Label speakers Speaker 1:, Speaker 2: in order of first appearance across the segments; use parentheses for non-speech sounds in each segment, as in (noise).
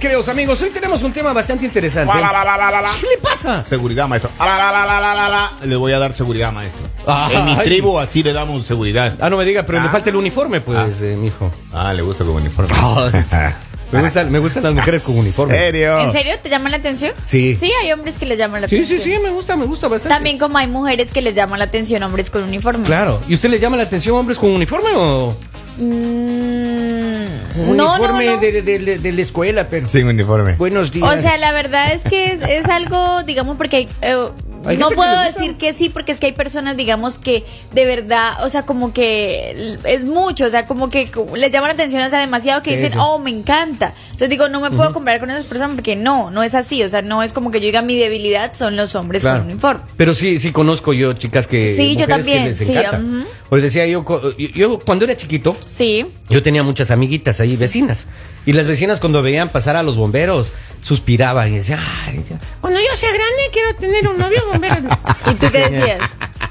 Speaker 1: queridos amigos, hoy tenemos un tema bastante interesante.
Speaker 2: Guau, la, la, la, la, la.
Speaker 1: ¿Qué le pasa?
Speaker 2: Seguridad, maestro. Ah, la, la, la, la, la, la. Le voy a dar seguridad, maestro.
Speaker 1: Ay.
Speaker 2: En mi tribu así le damos seguridad.
Speaker 1: Ah, no me diga, pero le
Speaker 2: Ah.
Speaker 1: falta el uniforme, pues, eh, mijo.
Speaker 2: Ah, le gusta como
Speaker 1: (laughs)
Speaker 2: uniforme.
Speaker 1: me,
Speaker 2: (laughs)
Speaker 1: gustan, me gustan las mujeres con uniforme.
Speaker 2: Ah. serio?
Speaker 3: ¿En serio? ¿Te llama la atención?
Speaker 1: Ah. Sí.
Speaker 3: Sí, hay hombres que les llaman la
Speaker 1: Sí, sí,
Speaker 3: atención.
Speaker 1: sí, me gusta, me gusta bastante.
Speaker 3: También como hay mujeres que les llaman la atención hombres con uniforme.
Speaker 1: Claro. ¿Y usted le llama la atención hombres con uniforme o
Speaker 3: Mm,
Speaker 1: un
Speaker 3: no,
Speaker 1: uniforme
Speaker 3: no, no.
Speaker 1: De, de- de- de la escuela, pero?
Speaker 2: Sin uniforme.
Speaker 1: Buenos días.
Speaker 3: O sea, la verdad es que es, es algo, digamos, porque eh,
Speaker 1: Hay gente
Speaker 3: no
Speaker 1: que
Speaker 3: puedo
Speaker 1: le gusta.
Speaker 3: decir que sí, porque es que hay personas, digamos, que de verdad, o sea, como que l- es mucho, o sea, como que co- les llama la atención, o sea, demasiado que dicen,
Speaker 1: Eso.
Speaker 3: oh, me encanta. Entonces digo, no me puedo comprar con esas personas porque no, no es así, o sea, no es como que yo diga mi debilidad son los hombres
Speaker 1: Claro.
Speaker 3: con uniforme.
Speaker 1: Pero sí, sí conozco yo chicas que
Speaker 3: Sí, yo
Speaker 1: mujeres
Speaker 3: también,
Speaker 1: que les
Speaker 3: sí,
Speaker 1: encanta.
Speaker 3: ujú.
Speaker 1: Pues decía yo, co- yo, yo cuando era chiquito,
Speaker 3: Sí.
Speaker 1: yo tenía muchas amiguitas ahí vecinas y las vecinas cuando veían pasar a los bomberos suspiraban y decían, "Ay", decía, cuando yo sea grande quiero tener un novio bombero.
Speaker 3: (laughs) ¿Y tú qué decías?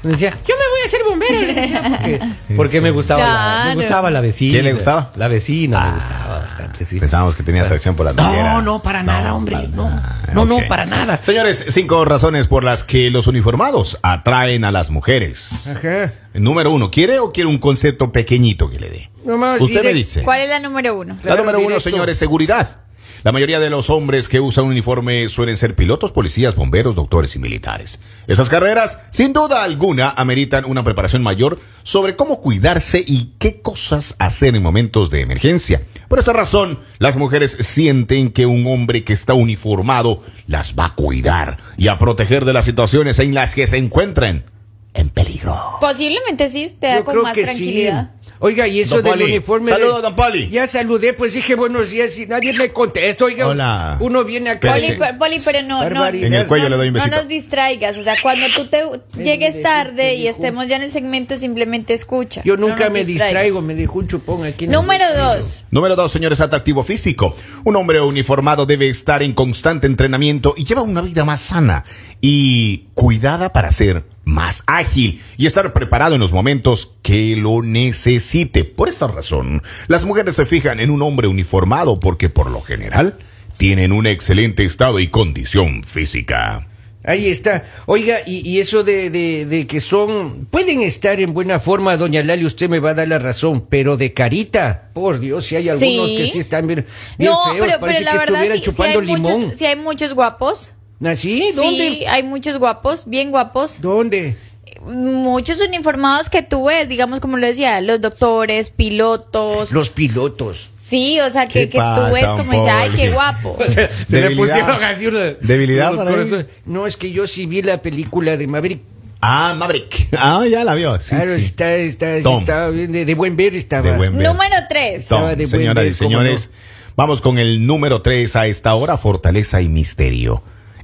Speaker 1: Decía, yo me voy a hacer bombero. le decía, porque porque me gustaba, la,
Speaker 3: Claro.
Speaker 1: me gustaba la vecina.
Speaker 2: ¿Quién le gustaba?
Speaker 1: La vecina me gustaba bastante, sí.
Speaker 2: Pensábamos que tenía atracción por la
Speaker 1: No, no, para nada, hombre. no, no, no, para nada.
Speaker 2: Señores, cinco razones por las que los uniformados atraen a las mujeres.
Speaker 1: Ajá.
Speaker 2: Número uno, ¿quiere o quiere un concepto pequeñito que le dé?
Speaker 1: No más,
Speaker 2: Usted
Speaker 1: sí,
Speaker 2: me
Speaker 1: de-
Speaker 2: dice.
Speaker 3: ¿Cuál es la número uno?
Speaker 2: La
Speaker 1: Claro,
Speaker 2: número uno,
Speaker 1: directo.
Speaker 2: señores, seguridad. La mayoría de los hombres que usan uniforme suelen ser pilotos, policías, bomberos, doctores y militares. Esas carreras, sin duda alguna, ameritan una preparación mayor sobre cómo cuidarse y qué cosas hacer en momentos de emergencia. Por esta razón, las mujeres sienten que un hombre que está uniformado las va a cuidar y a proteger de las situaciones en las que se encuentren en peligro.
Speaker 3: Posiblemente sí, te da
Speaker 1: Yo
Speaker 3: como
Speaker 1: creo
Speaker 3: más
Speaker 1: que
Speaker 3: tranquilidad.
Speaker 1: sí. Oiga, y eso
Speaker 2: Don
Speaker 1: del
Speaker 2: Poli.
Speaker 1: uniforme.
Speaker 2: Saludos,
Speaker 1: de-
Speaker 2: don Poli.
Speaker 1: Ya saludé, pues dije buenos días y nadie me contesta. Oiga,
Speaker 2: Hola.
Speaker 1: uno viene acá.
Speaker 2: Poli,
Speaker 1: y-
Speaker 3: Poli, pe- Poli, pero no, no,
Speaker 1: Barbaridad. En
Speaker 2: el cuello
Speaker 3: no-
Speaker 2: le doy un besito.
Speaker 3: No nos distraigas, o sea, cuando tú te llegues
Speaker 1: mire,
Speaker 3: tarde y
Speaker 1: mire,
Speaker 3: estemos ya en el segmento, simplemente escucha.
Speaker 1: Yo
Speaker 3: No
Speaker 1: nunca
Speaker 3: nos
Speaker 1: me
Speaker 3: distraigas.
Speaker 1: distraigo, me dijo un chupón aquí. en el
Speaker 3: Número
Speaker 1: vecino.
Speaker 3: dos.
Speaker 2: Número dos, señores, atractivo físico. Un hombre uniformado debe estar en constante entrenamiento y lleva una vida más sana y cuidada para ser más ágil y estar preparado en los momentos que lo necesite. Por esta razón, las mujeres se fijan en un hombre uniformado porque por lo general tienen un excelente estado y condición física.
Speaker 1: Ahí está. Oiga, y, y eso de, de- de que son. Pueden estar en buena forma, doña Lali, usted me va a dar la razón, pero de carita. Por Dios, si hay algunos
Speaker 3: Sí.
Speaker 1: que sí están bien, bien
Speaker 3: No,
Speaker 1: feos.
Speaker 3: pero, pero
Speaker 1: parece
Speaker 3: la
Speaker 1: que
Speaker 3: verdad
Speaker 1: estuvieran
Speaker 3: sí, sí hay
Speaker 1: chupando limón.
Speaker 3: muchos, sí hay muchos guapos.
Speaker 1: ¿Así? ¿Dónde?
Speaker 3: Sí, hay muchos guapos, bien guapos.
Speaker 1: ¿Dónde?
Speaker 3: Muchos uniformados que tú ves, digamos como lo decía, los doctores, pilotos.
Speaker 1: Los pilotos.
Speaker 3: Sí, o sea, que,
Speaker 2: ¿Qué
Speaker 3: que tú ves
Speaker 2: pasa,
Speaker 3: como dices, ay, qué
Speaker 2: Poli?
Speaker 3: guapo.
Speaker 1: O sea, Pues, se le
Speaker 2: Debilidad.
Speaker 1: pusieron así uno de-
Speaker 2: Debilidad
Speaker 1: unos
Speaker 2: para él.
Speaker 1: corazones. No, es que yo sí vi la película de Maverick.
Speaker 2: Ah, Maverick. (laughs) Ah, ya la vio. Sí,
Speaker 1: claro,
Speaker 2: sí.
Speaker 1: está, está,
Speaker 2: Tom.
Speaker 1: estaba bien, de, de buen ver estaba.
Speaker 2: De buen ver.
Speaker 3: Número tres.
Speaker 1: Estaba
Speaker 2: Tom,
Speaker 1: de buen
Speaker 2: señoras
Speaker 1: ver,
Speaker 2: y
Speaker 1: ¿cómo
Speaker 2: señores, vamos con el número 3 a esta hora, fortaleza y misterio.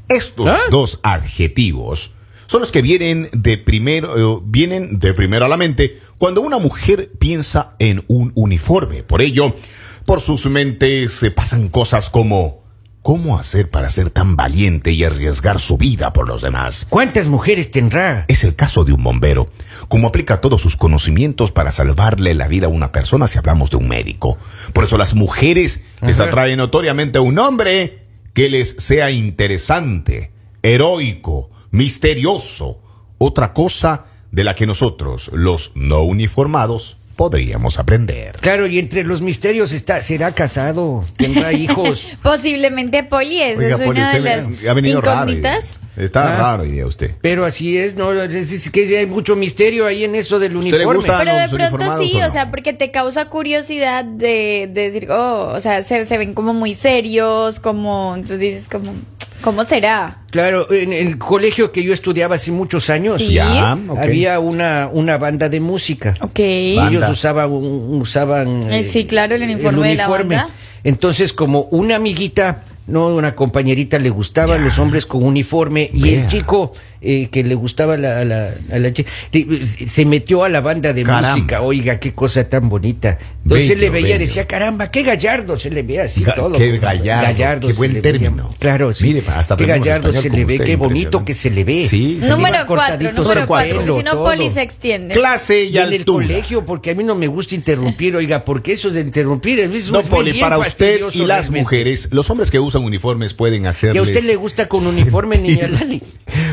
Speaker 2: Estos
Speaker 1: ¿Ah?
Speaker 2: dos adjetivos son los que vienen de primero eh, vienen de primero a la mente cuando una mujer piensa en un uniforme. Por ello, por sus mentes se pasan cosas como ¿cómo hacer para ser tan valiente y arriesgar su vida por los demás?
Speaker 1: ¿Cuántas mujeres tendrá?
Speaker 2: Es el caso de un bombero, como aplica todos sus conocimientos para salvarle la vida a una persona si hablamos de un médico. Por eso las mujeres les
Speaker 1: Ajá.
Speaker 2: atrae notoriamente a un hombre que les sea interesante, heroico, misterioso, otra cosa de la que nosotros, los no uniformados, podríamos aprender.
Speaker 1: Claro, y entre los misterios está, ¿será casado? ¿Tendrá hijos?
Speaker 3: Posiblemente Poli, esa es
Speaker 2: Poli, este
Speaker 3: una de las
Speaker 2: ve-
Speaker 3: incógnitas.
Speaker 2: hoy día. Está
Speaker 1: Ah.
Speaker 2: raro hoy día usted.
Speaker 1: Pero así es, ¿no? Es decir, que hay mucho misterio ahí en eso del
Speaker 2: ¿Usted le
Speaker 1: uniforme.
Speaker 2: gusta?
Speaker 3: Pero de
Speaker 2: los
Speaker 3: pronto
Speaker 2: uniformados
Speaker 3: sí,
Speaker 2: o
Speaker 3: o,
Speaker 2: no?
Speaker 3: sea, porque te causa curiosidad de, de decir, oh, o sea, se, se ven como muy serios, como, entonces dices como, ¿cómo será?
Speaker 1: Claro, en el colegio que yo estudiaba hace muchos años,
Speaker 3: Sí.
Speaker 2: Ya, ok.
Speaker 1: había una, una banda de música.
Speaker 3: Ok.
Speaker 2: Va.
Speaker 1: Ellos
Speaker 2: Banda.
Speaker 1: usaban, un- usaban
Speaker 3: Eh, sí, claro, el uniforme de la banda.
Speaker 1: Entonces, como una amiguita, no una compañerita, le gustaban
Speaker 2: Ya.
Speaker 1: los hombres con uniforme y
Speaker 2: Vea.
Speaker 1: el chico eh, que le gustaba la, a la, a la chica, le- se metió a la banda de
Speaker 2: Caramba.
Speaker 1: música, oiga, qué cosa tan bonita. Entonces
Speaker 2: Bello,
Speaker 1: él le veía,
Speaker 2: bello.
Speaker 1: decía, caramba, qué gallardo se le ve así
Speaker 2: Ga-
Speaker 1: todo.
Speaker 2: qué gallardo, qué
Speaker 1: se
Speaker 2: buen
Speaker 1: le veía.
Speaker 2: término.
Speaker 1: Claro, sí.
Speaker 2: Mire, hasta
Speaker 1: qué
Speaker 2: aprendemos
Speaker 1: gallardo
Speaker 2: español
Speaker 1: se
Speaker 2: con
Speaker 1: le ve,
Speaker 2: usted,
Speaker 1: qué bonito
Speaker 2: impresionante.
Speaker 1: que se le ve.
Speaker 2: Sí, sí.
Speaker 1: Número
Speaker 3: Número
Speaker 1: iba
Speaker 3: cuatro,
Speaker 1: cortadito,
Speaker 3: número
Speaker 2: solo cuatro.
Speaker 3: cuatro, porque si
Speaker 1: Todo.
Speaker 3: no Poli se extiende.
Speaker 2: Clase y,
Speaker 1: Y en el
Speaker 2: altura.
Speaker 1: colegio, porque a mí no me gusta interrumpir, oiga, porque eso de interrumpir es
Speaker 2: No,
Speaker 1: muy
Speaker 2: Poli,
Speaker 1: bien
Speaker 2: para usted y
Speaker 1: fastidioso
Speaker 2: las
Speaker 1: realmente.
Speaker 2: mujeres, los hombres que usan uniformes pueden hacerles...
Speaker 1: ¿Y a usted le gusta con uniforme, niña Lali?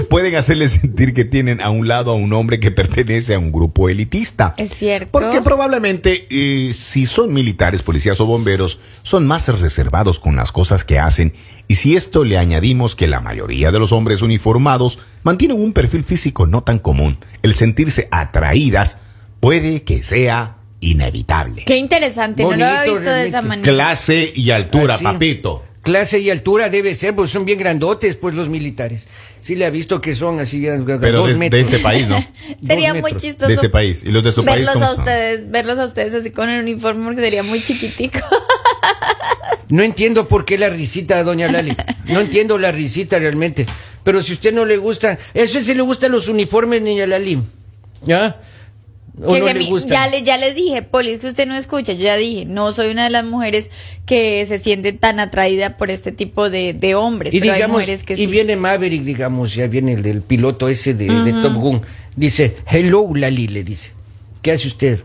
Speaker 2: Pueden hacerles sentir que tienen a un lado a un hombre que pertenece a un grupo elitista.
Speaker 3: Es cierto.
Speaker 2: Porque probablemente eh, si son militares, policías o bomberos, son más reservados con las cosas que hacen. Y si esto le añadimos que la mayoría de los hombres uniformados mantienen un perfil físico no tan común, el sentirse atraídas puede que sea inevitable.
Speaker 3: Qué interesante, no lo había
Speaker 1: Bonito,
Speaker 3: visto de esa
Speaker 1: realmente.
Speaker 3: manera.
Speaker 2: Clase y altura,
Speaker 1: Así.
Speaker 2: papito.
Speaker 1: Clase y altura debe ser, porque son bien grandotes, pues los militares. Sí le ha visto que son así,
Speaker 2: Pero
Speaker 1: dos
Speaker 2: de, de
Speaker 1: metros.
Speaker 2: este país,
Speaker 3: (laughs)
Speaker 2: ¿no?
Speaker 3: Sería
Speaker 1: Dos
Speaker 3: muy
Speaker 1: metros.
Speaker 3: chistoso
Speaker 2: De este país. Y los de su país.
Speaker 3: verlos
Speaker 2: ¿cómo
Speaker 3: a
Speaker 2: son?
Speaker 3: ustedes, verlos a ustedes así con el uniforme porque sería muy chiquitico.
Speaker 1: (laughs) No entiendo por qué la risita de doña Lali. No entiendo la risita realmente. Pero si usted no le gusta, eso sí le gustan los uniformes, niña Lali. ¿Ya? ¿O
Speaker 3: Que
Speaker 1: no
Speaker 3: a
Speaker 1: le
Speaker 3: mí-
Speaker 1: gusta?
Speaker 3: ya le ya le dije, Poli, es que usted no escucha, yo ya dije, no soy una de las mujeres que se siente tan atraída por este tipo de, de hombres,
Speaker 1: Y
Speaker 3: pero hay
Speaker 1: digamos,
Speaker 3: mujeres que
Speaker 1: y
Speaker 3: sí.
Speaker 1: viene Maverick, digamos, ya viene el del piloto ese de, de Top Gun. Dice, hello Lali, le dice. ¿Qué hace usted?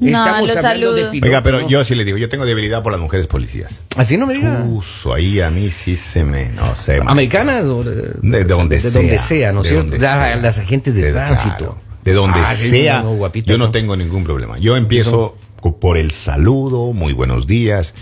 Speaker 3: No, lo saludo.
Speaker 2: Oiga, pero
Speaker 1: ¿no?
Speaker 2: yo sí le digo, yo tengo debilidad por las mujeres policías.
Speaker 1: Así no me diga.
Speaker 2: Uso ahí a mí sí se me, no sé. maestro.
Speaker 1: ¿Americanas? O de,
Speaker 2: De donde
Speaker 1: de
Speaker 2: sea.
Speaker 1: donde sea, ¿no es
Speaker 2: de
Speaker 1: cierto?
Speaker 2: donde
Speaker 1: Da-
Speaker 2: sea.
Speaker 1: Las agentes de, tránsito.
Speaker 2: claro, de donde
Speaker 1: Ah, sí,
Speaker 2: sea.
Speaker 1: no, no, guapitas
Speaker 2: yo no
Speaker 1: son.
Speaker 2: tengo ningún problema. Yo empiezo co- por el saludo, muy buenos días.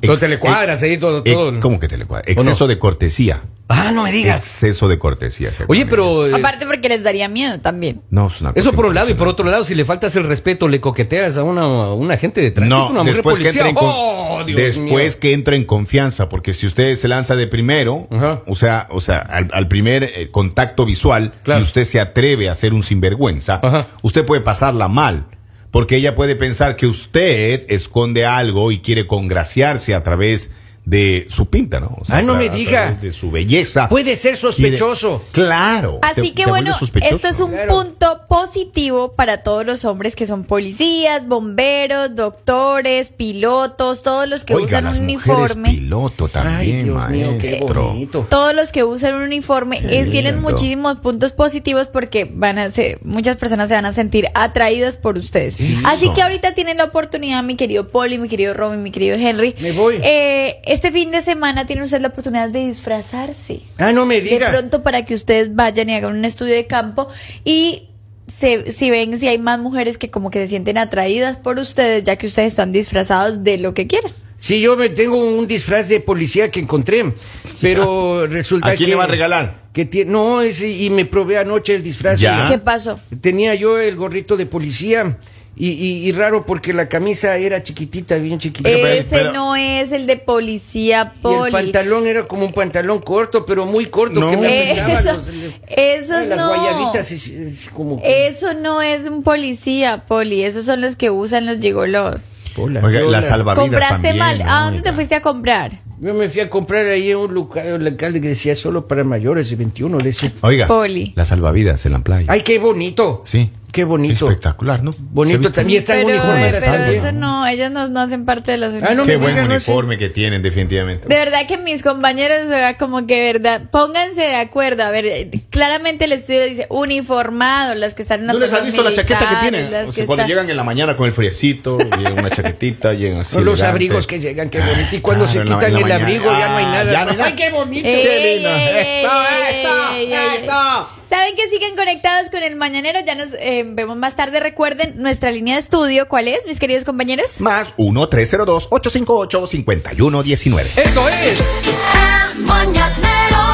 Speaker 1: Pero
Speaker 2: Ex-
Speaker 1: te le cuadras ahí todo-
Speaker 2: eh,
Speaker 1: todo.
Speaker 2: ¿Cómo que te le cuadras?
Speaker 1: ¿O no?
Speaker 2: Exceso de cortesía.
Speaker 1: Ah, no me digas.
Speaker 2: Exceso de cortesía. se
Speaker 1: Oye,
Speaker 2: pone.
Speaker 1: pero... eh,
Speaker 3: Aparte porque les daría miedo también.
Speaker 2: No, es una
Speaker 1: Eso
Speaker 2: cosa
Speaker 1: por un lado, y por
Speaker 2: impresionante.
Speaker 1: otro lado, si le faltas el respeto, le coqueteas a una, a una agente de tránsito, una
Speaker 2: No,
Speaker 1: mujer
Speaker 2: después, que
Speaker 1: policía.
Speaker 2: entre, en con-
Speaker 1: ¡Oh, Dios
Speaker 2: después
Speaker 1: mío!
Speaker 2: que entre en confianza, porque si usted se lanza de primero,
Speaker 1: Ajá.
Speaker 2: o sea, o sea, al, al primer eh, contacto visual,
Speaker 1: Claro.
Speaker 2: y usted se atreve a ser un sinvergüenza,
Speaker 1: Ajá.
Speaker 2: usted puede pasarla mal. Porque ella puede pensar que usted esconde algo y quiere congraciarse a través de su pinta, ¿no? O
Speaker 1: Ah, no
Speaker 2: a-
Speaker 1: me
Speaker 2: a
Speaker 1: diga.
Speaker 2: través De su belleza.
Speaker 1: Puede ser
Speaker 2: Quiere-
Speaker 1: sospechoso.
Speaker 2: claro.
Speaker 3: Así
Speaker 2: te-
Speaker 3: que
Speaker 2: te vuelve
Speaker 3: bueno,
Speaker 2: sospechoso.
Speaker 3: esto es un
Speaker 1: Claro.
Speaker 3: punto positivo para todos los hombres que son policías, bomberos, doctores, pilotos, todos los que
Speaker 2: Oiga,
Speaker 3: usan
Speaker 2: las
Speaker 3: un
Speaker 2: mujeres
Speaker 3: uniforme.
Speaker 2: piloto también,
Speaker 1: Ay, Dios mío, qué
Speaker 2: maestro.
Speaker 1: bonito.
Speaker 3: Todos los que usan un uniforme
Speaker 2: Qué
Speaker 3: es- tienen
Speaker 2: lindo.
Speaker 3: muchísimos puntos positivos porque van a ser, muchas personas se van a sentir atraídas por ustedes. Así que ahorita tienen la oportunidad, mi querido Poli, mi querido Robin, mi querido Henry.
Speaker 1: Me voy.
Speaker 3: Eh, este fin de semana tienen ustedes la oportunidad de disfrazarse.
Speaker 1: Ah, no me
Speaker 3: De
Speaker 1: diga.
Speaker 3: pronto para que ustedes vayan y hagan un estudio de campo y se, si ven si hay más mujeres que como que se sienten atraídas por ustedes, ya que ustedes están disfrazados de lo que quieran.
Speaker 1: Sí, yo me tengo un disfraz de policía que encontré, pero resulta
Speaker 2: ¿A quién
Speaker 1: que-
Speaker 2: le va a regalar?
Speaker 1: Que tiene, no, es, y me probé anoche el disfraz.
Speaker 2: Ya. Ah.
Speaker 3: ¿Qué pasó?
Speaker 1: Tenía yo el gorrito de policía y, y- y raro porque la camisa era chiquitita, bien chiquitita.
Speaker 2: Pero, pero,
Speaker 3: Ese
Speaker 2: pero-
Speaker 3: no es el de policía
Speaker 1: Y el
Speaker 3: poli.
Speaker 1: pantalón era como un pantalón corto, pero muy corto.
Speaker 2: No.
Speaker 1: Que me
Speaker 3: Eh,
Speaker 1: apretaba
Speaker 3: eso,
Speaker 1: los-
Speaker 3: eso
Speaker 1: las
Speaker 3: no. Eh,
Speaker 1: guayabitas, es- es como...
Speaker 3: Eso no es un policía, Poli. Esos son los que usan los gigolos.
Speaker 1: Hola,
Speaker 2: Oiga,
Speaker 1: hola.
Speaker 2: la salvavidas
Speaker 3: Compraste
Speaker 2: también,
Speaker 3: mal. ¿A
Speaker 2: ¿no?
Speaker 3: dónde te
Speaker 2: Oiga.
Speaker 3: fuiste a comprar?
Speaker 1: Yo me fui a comprar ahí en un local, un local que decía solo para mayores de 21, de ese-
Speaker 2: Oiga,
Speaker 3: Poli.
Speaker 2: la salvavidas en la playa.
Speaker 1: Ay, qué bonito.
Speaker 2: sí.
Speaker 1: Qué bonito.
Speaker 2: Espectacular, ¿no?
Speaker 1: Bonito
Speaker 2: ¿Se viste?
Speaker 1: también. Y están
Speaker 3: pero
Speaker 1: uniformes,
Speaker 3: eh, pero
Speaker 1: algo.
Speaker 3: eso no, ellos no, no hacen parte de los
Speaker 1: Ah, no me
Speaker 3: uniformes.
Speaker 2: Qué buen
Speaker 1: digan, no,
Speaker 2: uniforme que tienen, definitivamente.
Speaker 3: De verdad que mis compañeros, o sea, como que verdad, pónganse de acuerdo. A ver, eh, claramente el estudio dice uniformado, las que están en
Speaker 2: ¿No les
Speaker 3: fuerzas
Speaker 2: has visto la chaqueta que
Speaker 3: militares,
Speaker 2: tienen?
Speaker 3: las
Speaker 2: O sea,
Speaker 3: que
Speaker 2: cuando
Speaker 3: están-
Speaker 2: llegan en la mañana con el friecito, llegan una chaquetita, llegan así.
Speaker 1: Son los
Speaker 2: elegantes.
Speaker 1: abrigos que llegan, qué bonito. Y cuando
Speaker 2: Ah,
Speaker 1: se
Speaker 2: Claro, en la-
Speaker 1: quitan
Speaker 2: en la
Speaker 1: el
Speaker 2: mañana.
Speaker 1: abrigo ya no hay
Speaker 2: Ah,
Speaker 1: nada.
Speaker 2: ya no hay nada.
Speaker 1: ¡Ay, qué bonito!
Speaker 3: Ey,
Speaker 2: Qué lindo.
Speaker 3: ey, ey,
Speaker 2: Eso,
Speaker 3: ey,
Speaker 2: eso,
Speaker 3: ey, ey, ey.
Speaker 2: eso.
Speaker 3: Saben que siguen conectados con el mañanero, ya nos eh, vemos más tarde. Recuerden nuestra línea de estudio, ¿cuál es, mis queridos compañeros?
Speaker 2: Más 1-302-858-5119.
Speaker 1: Esto es.
Speaker 4: El Mañanero